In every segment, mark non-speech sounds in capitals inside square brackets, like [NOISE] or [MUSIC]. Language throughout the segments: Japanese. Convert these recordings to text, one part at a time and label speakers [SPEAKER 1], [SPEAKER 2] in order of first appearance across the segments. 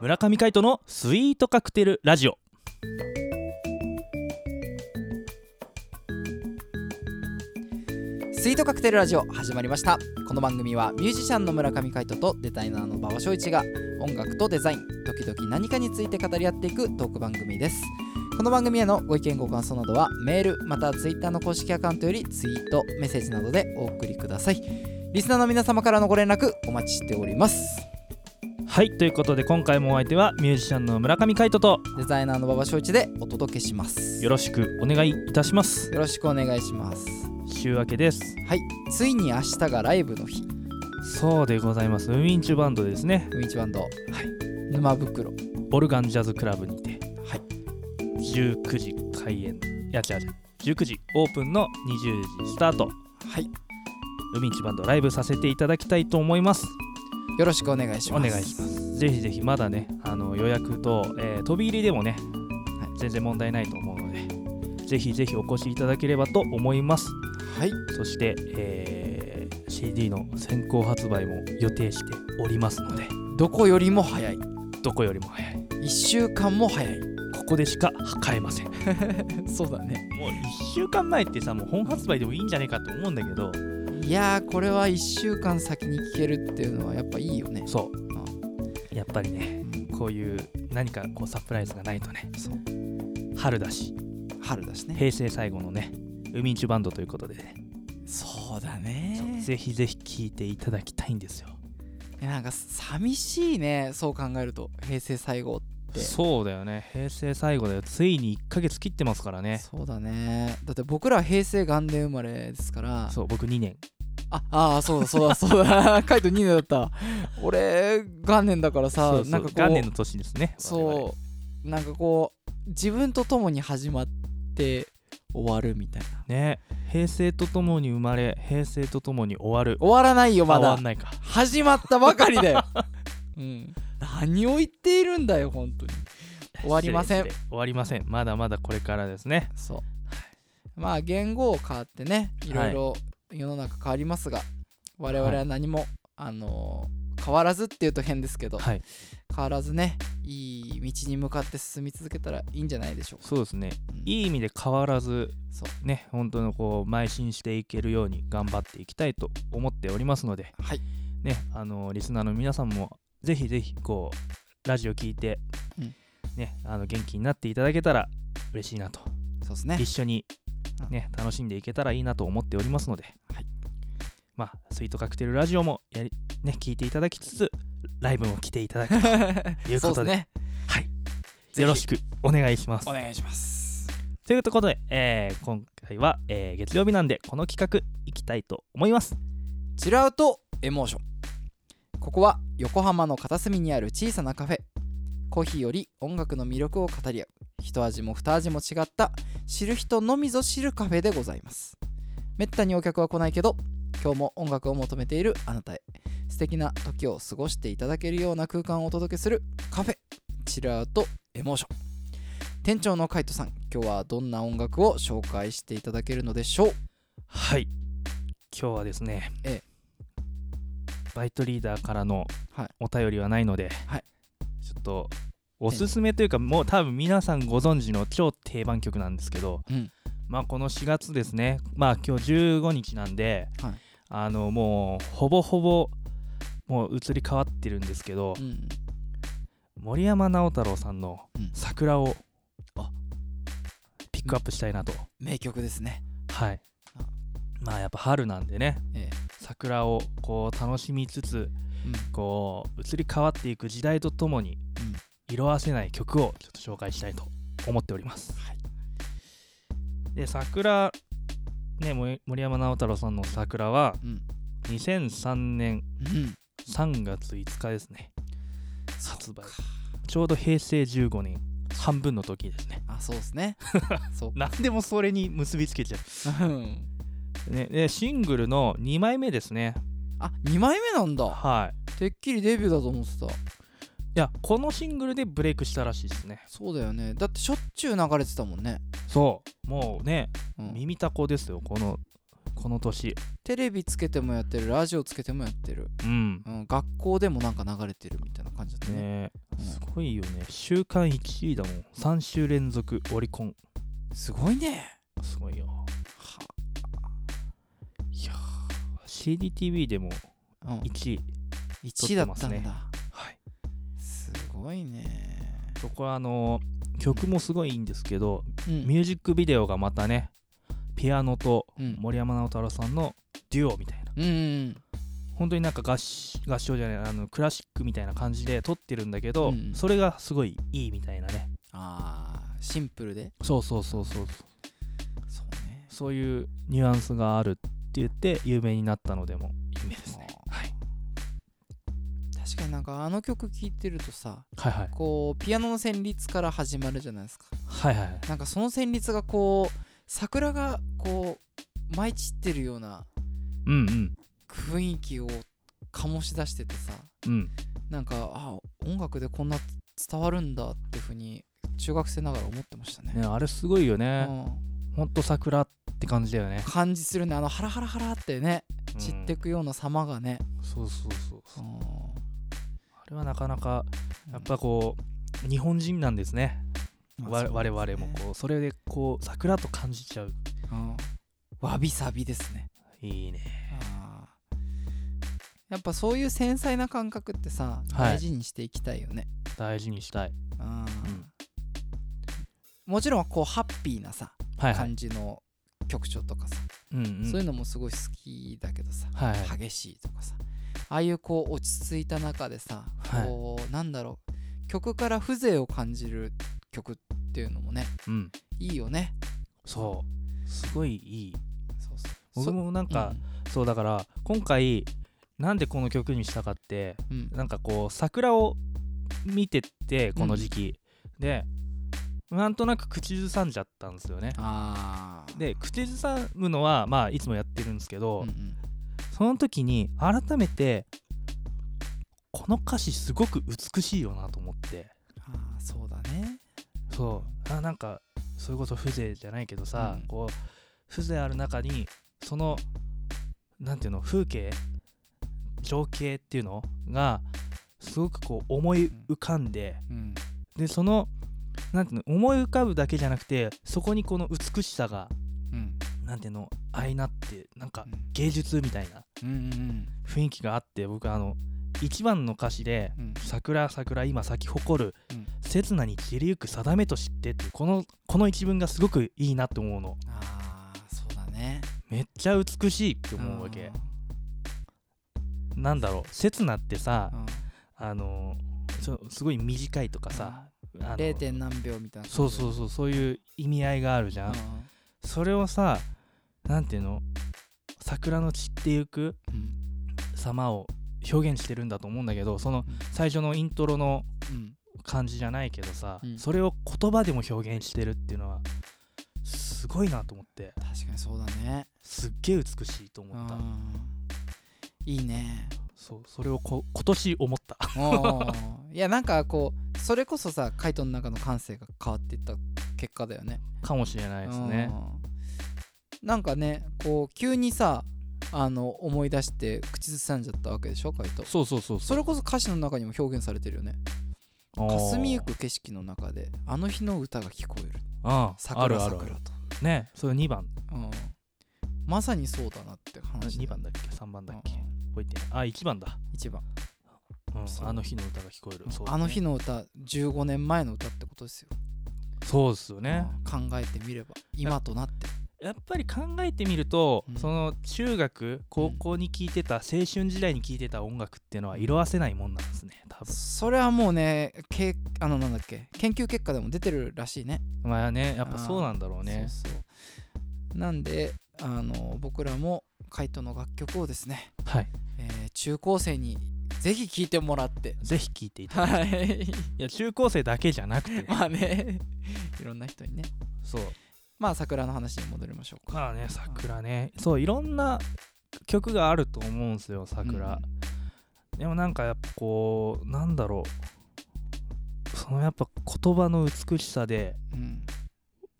[SPEAKER 1] 村上海人のスイートカクテルラジオ
[SPEAKER 2] スイートカクテルラジオ始まりましたこの番組はミュージシャンの村上海人とデザイナーの馬場翔一が音楽とデザイン時々何かについて語り合っていくトーク番組ですこの番組へのご意見ご感想などはメールまたはツイッターの公式アカウントよりツイートメッセージなどでお送りくださいリスナーの皆様からのご連絡お待ちしております
[SPEAKER 1] はいということで今回もお相手はミュージシャンの村上海人と
[SPEAKER 2] デザイナーの馬場翔一でお届けします
[SPEAKER 1] よ
[SPEAKER 2] よ
[SPEAKER 1] ろしくお願いいたします
[SPEAKER 2] ろしくお願いします
[SPEAKER 1] 週明けです
[SPEAKER 2] はいついに明日がライブの日
[SPEAKER 1] そうでございますウィンチュバンドですね
[SPEAKER 2] 海一バンド、はい、沼袋
[SPEAKER 1] オルガンジャズクラブにて
[SPEAKER 2] はい
[SPEAKER 1] 19時開演いや違う違う19時オープンの20時スタート
[SPEAKER 2] はい
[SPEAKER 1] ウィンチュバンドライブさせていただきたいと思います
[SPEAKER 2] よろしくお願いし
[SPEAKER 1] お
[SPEAKER 2] ます
[SPEAKER 1] 願いしますぜひぜひまだねあの予約と、えー飛び入りでもね、
[SPEAKER 2] はい
[SPEAKER 1] 全然問題ないと思うのでぜひぜひお越しいただければと思います
[SPEAKER 2] はい
[SPEAKER 1] そして、えー CD の先行発売も予定しておりますので
[SPEAKER 2] どこよりも早い
[SPEAKER 1] どこよりも早い
[SPEAKER 2] 1週間も早
[SPEAKER 1] [LAUGHS]
[SPEAKER 2] い
[SPEAKER 1] ここでしか買えませんもう
[SPEAKER 2] そうだね
[SPEAKER 1] 1週間前ってさもう本発売でもいいんじゃねえかと思うんだけど
[SPEAKER 2] いやーこれは1週間先に聞けるっていうのはやっぱいいよね
[SPEAKER 1] そうやっぱりねこういう何かこうサプライズがないとね
[SPEAKER 2] そう
[SPEAKER 1] 春だし
[SPEAKER 2] 春だしね
[SPEAKER 1] 平成最後のねウミンチュバンドということでね
[SPEAKER 2] そうだ
[SPEAKER 1] そう
[SPEAKER 2] ね
[SPEAKER 1] ぜひぜひ聴いていただきたいんですよ
[SPEAKER 2] いやなんか寂しいねそう考えると平成最後って
[SPEAKER 1] そうだよね平成最後だよついに1ヶ月切ってますからね
[SPEAKER 2] そうだねだって僕らは平成元年生まれですから
[SPEAKER 1] そう僕2年
[SPEAKER 2] ああーそうだそうだそうだ [LAUGHS] カイト2年だった俺元年だからさ
[SPEAKER 1] そうそう
[SPEAKER 2] なんかこう
[SPEAKER 1] 元年の年ですね我
[SPEAKER 2] そうなんかこう自分と共に始まって終わるみたいな
[SPEAKER 1] 々ね平成とともに生まれ平成とともに終わる
[SPEAKER 2] 終わらないよま
[SPEAKER 1] 終わ
[SPEAKER 2] だ
[SPEAKER 1] んないか
[SPEAKER 2] 始まったばかり
[SPEAKER 1] [LAUGHS]
[SPEAKER 2] だよ、うん、何を言っているんだよ本当に終わりません
[SPEAKER 1] 失礼失礼終わりませんまだまだこれからですね
[SPEAKER 2] そうまあ言語を変わってねいろいろ世の中変わりますが、我々は何も、あのー変わらずっていうと変ですけど、
[SPEAKER 1] はい
[SPEAKER 2] 変わらずねいい道に向かって進み続けたらいいんじゃないでしょうか、
[SPEAKER 1] そうですね
[SPEAKER 2] うん
[SPEAKER 1] いい意味で変わらず
[SPEAKER 2] そ
[SPEAKER 1] ね本当のこう邁進していけるように頑張っていきたいと思っておりますので
[SPEAKER 2] うはい
[SPEAKER 1] ねあのリスナーの皆さんもぜひぜひこうラジオ聞いて、
[SPEAKER 2] うん
[SPEAKER 1] ねあの元気になっていただけたら嬉しいなと
[SPEAKER 2] そうです [LAUGHS] ね
[SPEAKER 1] 一緒にね楽しんでいけたらいいなと思っておりますので、
[SPEAKER 2] はい
[SPEAKER 1] まあスイートカクテルラジオもやりね聞いていただきつつライブも来ていただくいう
[SPEAKER 2] そ
[SPEAKER 1] こと
[SPEAKER 2] うで
[SPEAKER 1] で
[SPEAKER 2] すね
[SPEAKER 1] はい
[SPEAKER 2] ひ
[SPEAKER 1] よろしくお願いします
[SPEAKER 2] お願いします
[SPEAKER 1] ということで、えー今回は、えー月曜日なんでこの企画いきたいと思います
[SPEAKER 2] チルアウトエモーションここは横浜の片隅にある小さなカフェコーヒーより音楽の魅力を語り合う一味も二味も違った知る人のみぞ知るカフェでございますめったにお客は来ないけど今日も音楽を求めているあなたへ素敵な時を過ごしていただけるような空間をお届けするカフェチルアウトエモーション店長のカイトさん今日はどんな音楽を紹介していただけるのでしょう
[SPEAKER 1] はい今日はですね、
[SPEAKER 2] ええ
[SPEAKER 1] バイトリーダーからの
[SPEAKER 2] はい
[SPEAKER 1] お便りはないので、
[SPEAKER 2] はい
[SPEAKER 1] ちょっとおすすめというかもう多分皆さんご存知の超定番曲なんですけど、
[SPEAKER 2] うん
[SPEAKER 1] まあこの4月ですねまあ今日15日なんで、
[SPEAKER 2] はい
[SPEAKER 1] あのもうほぼほぼもう移り変わってるんですけど、
[SPEAKER 2] うん
[SPEAKER 1] 森山直太朗さんの
[SPEAKER 2] う
[SPEAKER 1] 「
[SPEAKER 2] ん
[SPEAKER 1] 桜を」
[SPEAKER 2] あ
[SPEAKER 1] ピックアップしたいなと、
[SPEAKER 2] 名曲ですね
[SPEAKER 1] はい
[SPEAKER 2] あ
[SPEAKER 1] まあやっぱ春なんでね
[SPEAKER 2] ええ
[SPEAKER 1] 桜をこう楽しみつつ
[SPEAKER 2] うん
[SPEAKER 1] こう移り変わっていく時代とともに
[SPEAKER 2] うん
[SPEAKER 1] 色あせない曲をちょっと紹介したいと思っております。で桜ね森森山直太朗さんの「桜」は
[SPEAKER 2] うん
[SPEAKER 1] 2003年
[SPEAKER 2] うん、
[SPEAKER 1] 3月5日ですね発売
[SPEAKER 2] そ
[SPEAKER 1] ちょうど平成15年半分の時ですね
[SPEAKER 2] うかあそうですねそう
[SPEAKER 1] 何でもそれに結びつけちゃ
[SPEAKER 2] うん
[SPEAKER 1] う、ね、でシングルの2枚目ですね
[SPEAKER 2] あ2枚目なんだ
[SPEAKER 1] はい
[SPEAKER 2] てっきりデビューだと思ってた
[SPEAKER 1] いやこのシングルでブレイクしたらしいですね
[SPEAKER 2] そうだよねだってしょっちゅう流れてたもんね、
[SPEAKER 1] そうもうね
[SPEAKER 2] うん、
[SPEAKER 1] 耳たこですよこのこの年
[SPEAKER 2] テレビつけてもやってるラジオつけてもやってる、
[SPEAKER 1] うん
[SPEAKER 2] うん、学校でもなんか流れてるみたいな感じだったね
[SPEAKER 1] ね
[SPEAKER 2] うん
[SPEAKER 1] すごいよね週間1位だもん3週連続オリコン
[SPEAKER 2] すごいね
[SPEAKER 1] すごいよ
[SPEAKER 2] はい
[SPEAKER 1] やー CDTV でも
[SPEAKER 2] あ、うん、
[SPEAKER 1] 1位
[SPEAKER 2] 1位だったんだ
[SPEAKER 1] 取ってはい
[SPEAKER 2] すごいね
[SPEAKER 1] そこはあのー曲もすごいいいんですけど、
[SPEAKER 2] うん
[SPEAKER 1] ミュージックビデオがまたねピアノと
[SPEAKER 2] うん
[SPEAKER 1] 森山直太朗さんのデュオみたいな
[SPEAKER 2] うんうん
[SPEAKER 1] 本当になんか合し合唱じゃないあのクラシックみたいな感じで撮ってるんだけど、
[SPEAKER 2] うんうん
[SPEAKER 1] それがすごいいいみたいなね
[SPEAKER 2] あーシンプルで
[SPEAKER 1] そうそうそうそう
[SPEAKER 2] そうね
[SPEAKER 1] そういうニュアンスがあるって言って有名になったのでも有名ですね
[SPEAKER 2] あー
[SPEAKER 1] はい
[SPEAKER 2] 確かになんかあの曲聴いてるとさ
[SPEAKER 1] はいはい
[SPEAKER 2] こうピアノの旋律から始まるじゃないですか
[SPEAKER 1] はいはいはい
[SPEAKER 2] なんかその旋律がこう桜がこう舞い散ってるような
[SPEAKER 1] うんうん
[SPEAKER 2] 雰囲気を醸し出しててさ
[SPEAKER 1] うん
[SPEAKER 2] なんかあ音楽でこんな伝わるんだってふうに中学生ながら思ってましたね
[SPEAKER 1] ねあれすごいよ
[SPEAKER 2] う
[SPEAKER 1] ね、
[SPEAKER 2] ん、
[SPEAKER 1] ほんと桜って感じだよね
[SPEAKER 2] 感じするねあのハラハラハラってね散って
[SPEAKER 1] うん
[SPEAKER 2] くような様がね、
[SPEAKER 1] そうそうそうそううんあれはなかなかやっぱこう日本人なんですね、
[SPEAKER 2] まあ
[SPEAKER 1] わ
[SPEAKER 2] そう
[SPEAKER 1] 我
[SPEAKER 2] ですね
[SPEAKER 1] 々もこうそれでこう桜と感じちゃう
[SPEAKER 2] うんわびさびですね
[SPEAKER 1] いいね
[SPEAKER 2] あーやっぱそういう繊細な感覚ってさ
[SPEAKER 1] はい
[SPEAKER 2] 大事にしていきたいよね、
[SPEAKER 1] 大事にしたい
[SPEAKER 2] あー
[SPEAKER 1] うん
[SPEAKER 2] もちろんこうハッピーなさ
[SPEAKER 1] はいはい
[SPEAKER 2] 感じの曲調とかさ、
[SPEAKER 1] うんうん
[SPEAKER 2] そういうのもすごい好きだけどさ、
[SPEAKER 1] はいはい
[SPEAKER 2] 激しいとかさああいうこう落ち着いた中でさ、
[SPEAKER 1] はい
[SPEAKER 2] こうなんだろう曲から風情を感じる曲っていうのもね
[SPEAKER 1] うん
[SPEAKER 2] いいよね
[SPEAKER 1] そうすごいいい
[SPEAKER 2] そうそ
[SPEAKER 1] 僕
[SPEAKER 2] う
[SPEAKER 1] もなん
[SPEAKER 2] そ
[SPEAKER 1] か、そうだから今回なんでこの曲にしたかって
[SPEAKER 2] うんうん
[SPEAKER 1] なんかこう桜を見てってこの時期、でなんとなく口ずさんじゃったんですよね
[SPEAKER 2] あー
[SPEAKER 1] で口ずさむのはまあいつもやってるんですけど、
[SPEAKER 2] うんうん
[SPEAKER 1] その時に改めてこの歌詞すごく美しいよなと思って
[SPEAKER 2] あーそうだね
[SPEAKER 1] そうあなんかそれこそ風情じゃないけどさ、
[SPEAKER 2] うん
[SPEAKER 1] こう風情ある中にそのなんていうの風景情景っていうのがすごくこう思い浮かんで、
[SPEAKER 2] うん
[SPEAKER 1] でそのなんていうの思い浮かぶだけじゃなくてそこにこの美しさが
[SPEAKER 2] うん
[SPEAKER 1] なんていうの相なってなんか
[SPEAKER 2] うん
[SPEAKER 1] 芸術みたいな
[SPEAKER 2] うんうん
[SPEAKER 1] 雰囲気があって僕あの1番の歌詞で
[SPEAKER 2] うん
[SPEAKER 1] 「桜桜今咲き誇る
[SPEAKER 2] うん
[SPEAKER 1] 刹那に散りゆく定めと知って」っていうこのこの一文がすごくいいなと思うの
[SPEAKER 2] あーそうだね
[SPEAKER 1] めっちゃ美しいって思うわけなんだろう刹那ってさ
[SPEAKER 2] うんうん
[SPEAKER 1] あのそうすごい短いとかさあの
[SPEAKER 2] 0. 点何秒みたいな
[SPEAKER 1] そうそううそうそういう意味合いがあるじゃん
[SPEAKER 2] ん
[SPEAKER 1] それをさなんていうの桜の散ってゆく
[SPEAKER 2] うん
[SPEAKER 1] 様を表現してるんだと思うんだけどその
[SPEAKER 2] うん
[SPEAKER 1] 最初のイントロの
[SPEAKER 2] うん
[SPEAKER 1] 感じじゃないけどさ、
[SPEAKER 2] うん
[SPEAKER 1] それを言葉でも表現してるっていうのはすごいなと思って
[SPEAKER 2] 確かにそうだね
[SPEAKER 1] すっげえ美しいと思った、
[SPEAKER 2] うんい
[SPEAKER 1] [LAUGHS]
[SPEAKER 2] いね
[SPEAKER 1] そうそれをこ今年思った
[SPEAKER 2] おーいやなんかこうそれこそさカイトの中の感性が変わっていった結果だよね
[SPEAKER 1] かもしれないですね
[SPEAKER 2] うんなんかねこう急にさあの思い出して口ずさんじゃったわけでしょカイト
[SPEAKER 1] そうそうそう
[SPEAKER 2] それこそ歌詞の中にも表現されてるよね
[SPEAKER 1] あー
[SPEAKER 2] 霞ゆく景色の中であの日の歌が聞こえる
[SPEAKER 1] あー
[SPEAKER 2] 桜
[SPEAKER 1] あるある
[SPEAKER 2] 桜と
[SPEAKER 1] ねそれ2番
[SPEAKER 2] うん、まさにそうだなって話
[SPEAKER 1] 2番だっけ3番だっけ
[SPEAKER 2] うん
[SPEAKER 1] 覚えてないあ一1番だ、
[SPEAKER 2] 1番
[SPEAKER 1] うん
[SPEAKER 2] そう
[SPEAKER 1] あの日の歌が聞こえる、そうだね
[SPEAKER 2] あの日の歌15年前の歌ってことですよ、
[SPEAKER 1] そうですよね、
[SPEAKER 2] うん考えてみれば今となって
[SPEAKER 1] やっぱり考えてみると、
[SPEAKER 2] うん
[SPEAKER 1] その中学高校に聴いてた、青春時代に聴いてた音楽っていうのは色褪せないもんなんですね多分
[SPEAKER 2] それはもうねけあのなんだっけ研究結果でも出てるらしいね
[SPEAKER 1] まあねやっぱそうなんだろうね
[SPEAKER 2] そうそうなんであの僕らもカイトの楽曲をですね、
[SPEAKER 1] はい
[SPEAKER 2] えー中高生にぜひ聴いてもら
[SPEAKER 1] [LAUGHS]
[SPEAKER 2] って
[SPEAKER 1] ぜひ聴いていただ
[SPEAKER 2] はい
[SPEAKER 1] いや中高生だけじゃなくて
[SPEAKER 2] まあね [LAUGHS] いろんな人にね
[SPEAKER 1] そう
[SPEAKER 2] まあ桜の話に戻りましょうか
[SPEAKER 1] まあね桜ねそういろんな曲があると思うんですよ桜、でもなんかやっぱこうなんだろうそのやっぱ言葉の美しさで
[SPEAKER 2] うん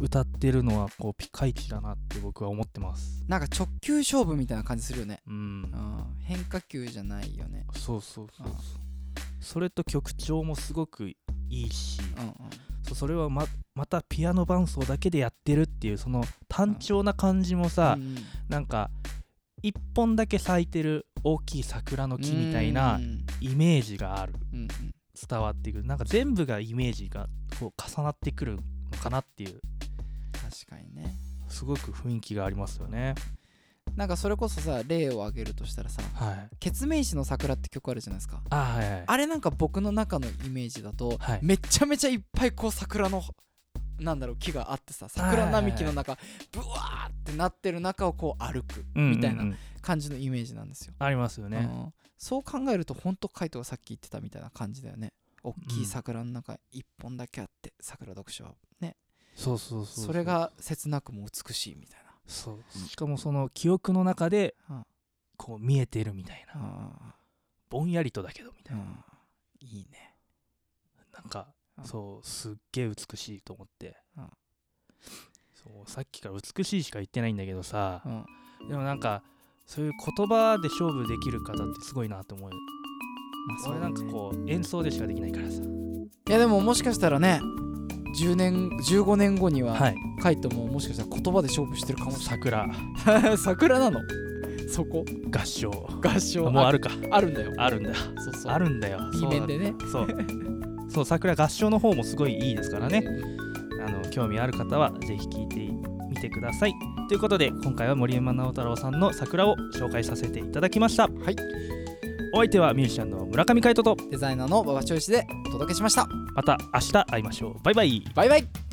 [SPEAKER 1] 歌ってるのはこうピカイチだなって僕は思ってます
[SPEAKER 2] なんか直球勝負みたいな感じするよね、
[SPEAKER 1] うん
[SPEAKER 2] うん、変化球じゃないよね
[SPEAKER 1] そうそうそうそう
[SPEAKER 2] あ
[SPEAKER 1] それと曲調もすごくいいし、
[SPEAKER 2] うんうん
[SPEAKER 1] そうそれはままたピアノ伴奏だけでやってるっていうその単調な感じもさ、
[SPEAKER 2] うんうん
[SPEAKER 1] なんか一本だけ咲いてる大きい桜の木みたいな
[SPEAKER 2] うんうん
[SPEAKER 1] イメージがある
[SPEAKER 2] うんうん
[SPEAKER 1] 伝わってくるなんか全部がイメージがこう重なってくるのかなっていう
[SPEAKER 2] 確かにね
[SPEAKER 1] すごく雰囲気がありますよね
[SPEAKER 2] なんかそれこそさ例を挙げるとしたらさ
[SPEAKER 1] はい
[SPEAKER 2] 「ケツメイシの桜」って曲あるじゃないですか
[SPEAKER 1] あはいはい
[SPEAKER 2] あれなんか僕の中のイメージだと、
[SPEAKER 1] はい
[SPEAKER 2] めちゃめちゃいっぱいこう桜のなんだろう木があってさ桜並木の中ブワーってなってる中をこう歩く
[SPEAKER 1] うんうんうん
[SPEAKER 2] みたいな感じのイメージなんですよ。
[SPEAKER 1] ありますよ
[SPEAKER 2] う
[SPEAKER 1] ね
[SPEAKER 2] んそう考えると本当カイトがさっき言ってたみたいな感じだよね。大きい桜の中一本だけあって桜読書はね
[SPEAKER 1] そうそうそう
[SPEAKER 2] それが切なくも美しいみたい
[SPEAKER 1] そうしかもその記憶の中で
[SPEAKER 2] うん
[SPEAKER 1] こう見えてるみたい
[SPEAKER 2] な。
[SPEAKER 1] な
[SPEAKER 2] あ
[SPEAKER 1] ぼんやりとだけどみ
[SPEAKER 2] ー
[SPEAKER 1] たい
[SPEAKER 2] う
[SPEAKER 1] なん
[SPEAKER 2] いいね。
[SPEAKER 1] なんか
[SPEAKER 2] うん
[SPEAKER 1] そうすっげえ美しいと思って
[SPEAKER 2] うん
[SPEAKER 1] そうさっきから美しいしか言ってないんだけどさ
[SPEAKER 2] うん
[SPEAKER 1] でもなんかそういう言葉で勝負できる方ってすごいなと思う
[SPEAKER 2] まあそう
[SPEAKER 1] 俺
[SPEAKER 2] だね
[SPEAKER 1] なんかこう演奏でしかできないからさ
[SPEAKER 2] いやでももしかしたらね10年15年後には、
[SPEAKER 1] はい
[SPEAKER 2] カイトももしかしたら言葉で勝負してるかもし
[SPEAKER 1] 桜
[SPEAKER 2] れない [LAUGHS] 桜なのそこ
[SPEAKER 1] 合唱
[SPEAKER 2] 合唱
[SPEAKER 1] あもうあるか
[SPEAKER 2] ああるんだよ
[SPEAKER 1] あるんだ
[SPEAKER 2] そうそう
[SPEAKER 1] あるんだよ
[SPEAKER 2] B 面でね
[SPEAKER 1] そうなんだそうそう桜合唱の方もすごいいいですからねあの興味ある方はぜひ聞いてみてくださいということで今回は森山直太朗さんの桜を紹介させていただきました
[SPEAKER 2] はい
[SPEAKER 1] お相手はミュージシャンの村上海人と
[SPEAKER 2] デザイナーの馬場剛でお届けしました
[SPEAKER 1] また明日会いましょうバイバイ
[SPEAKER 2] バイバイ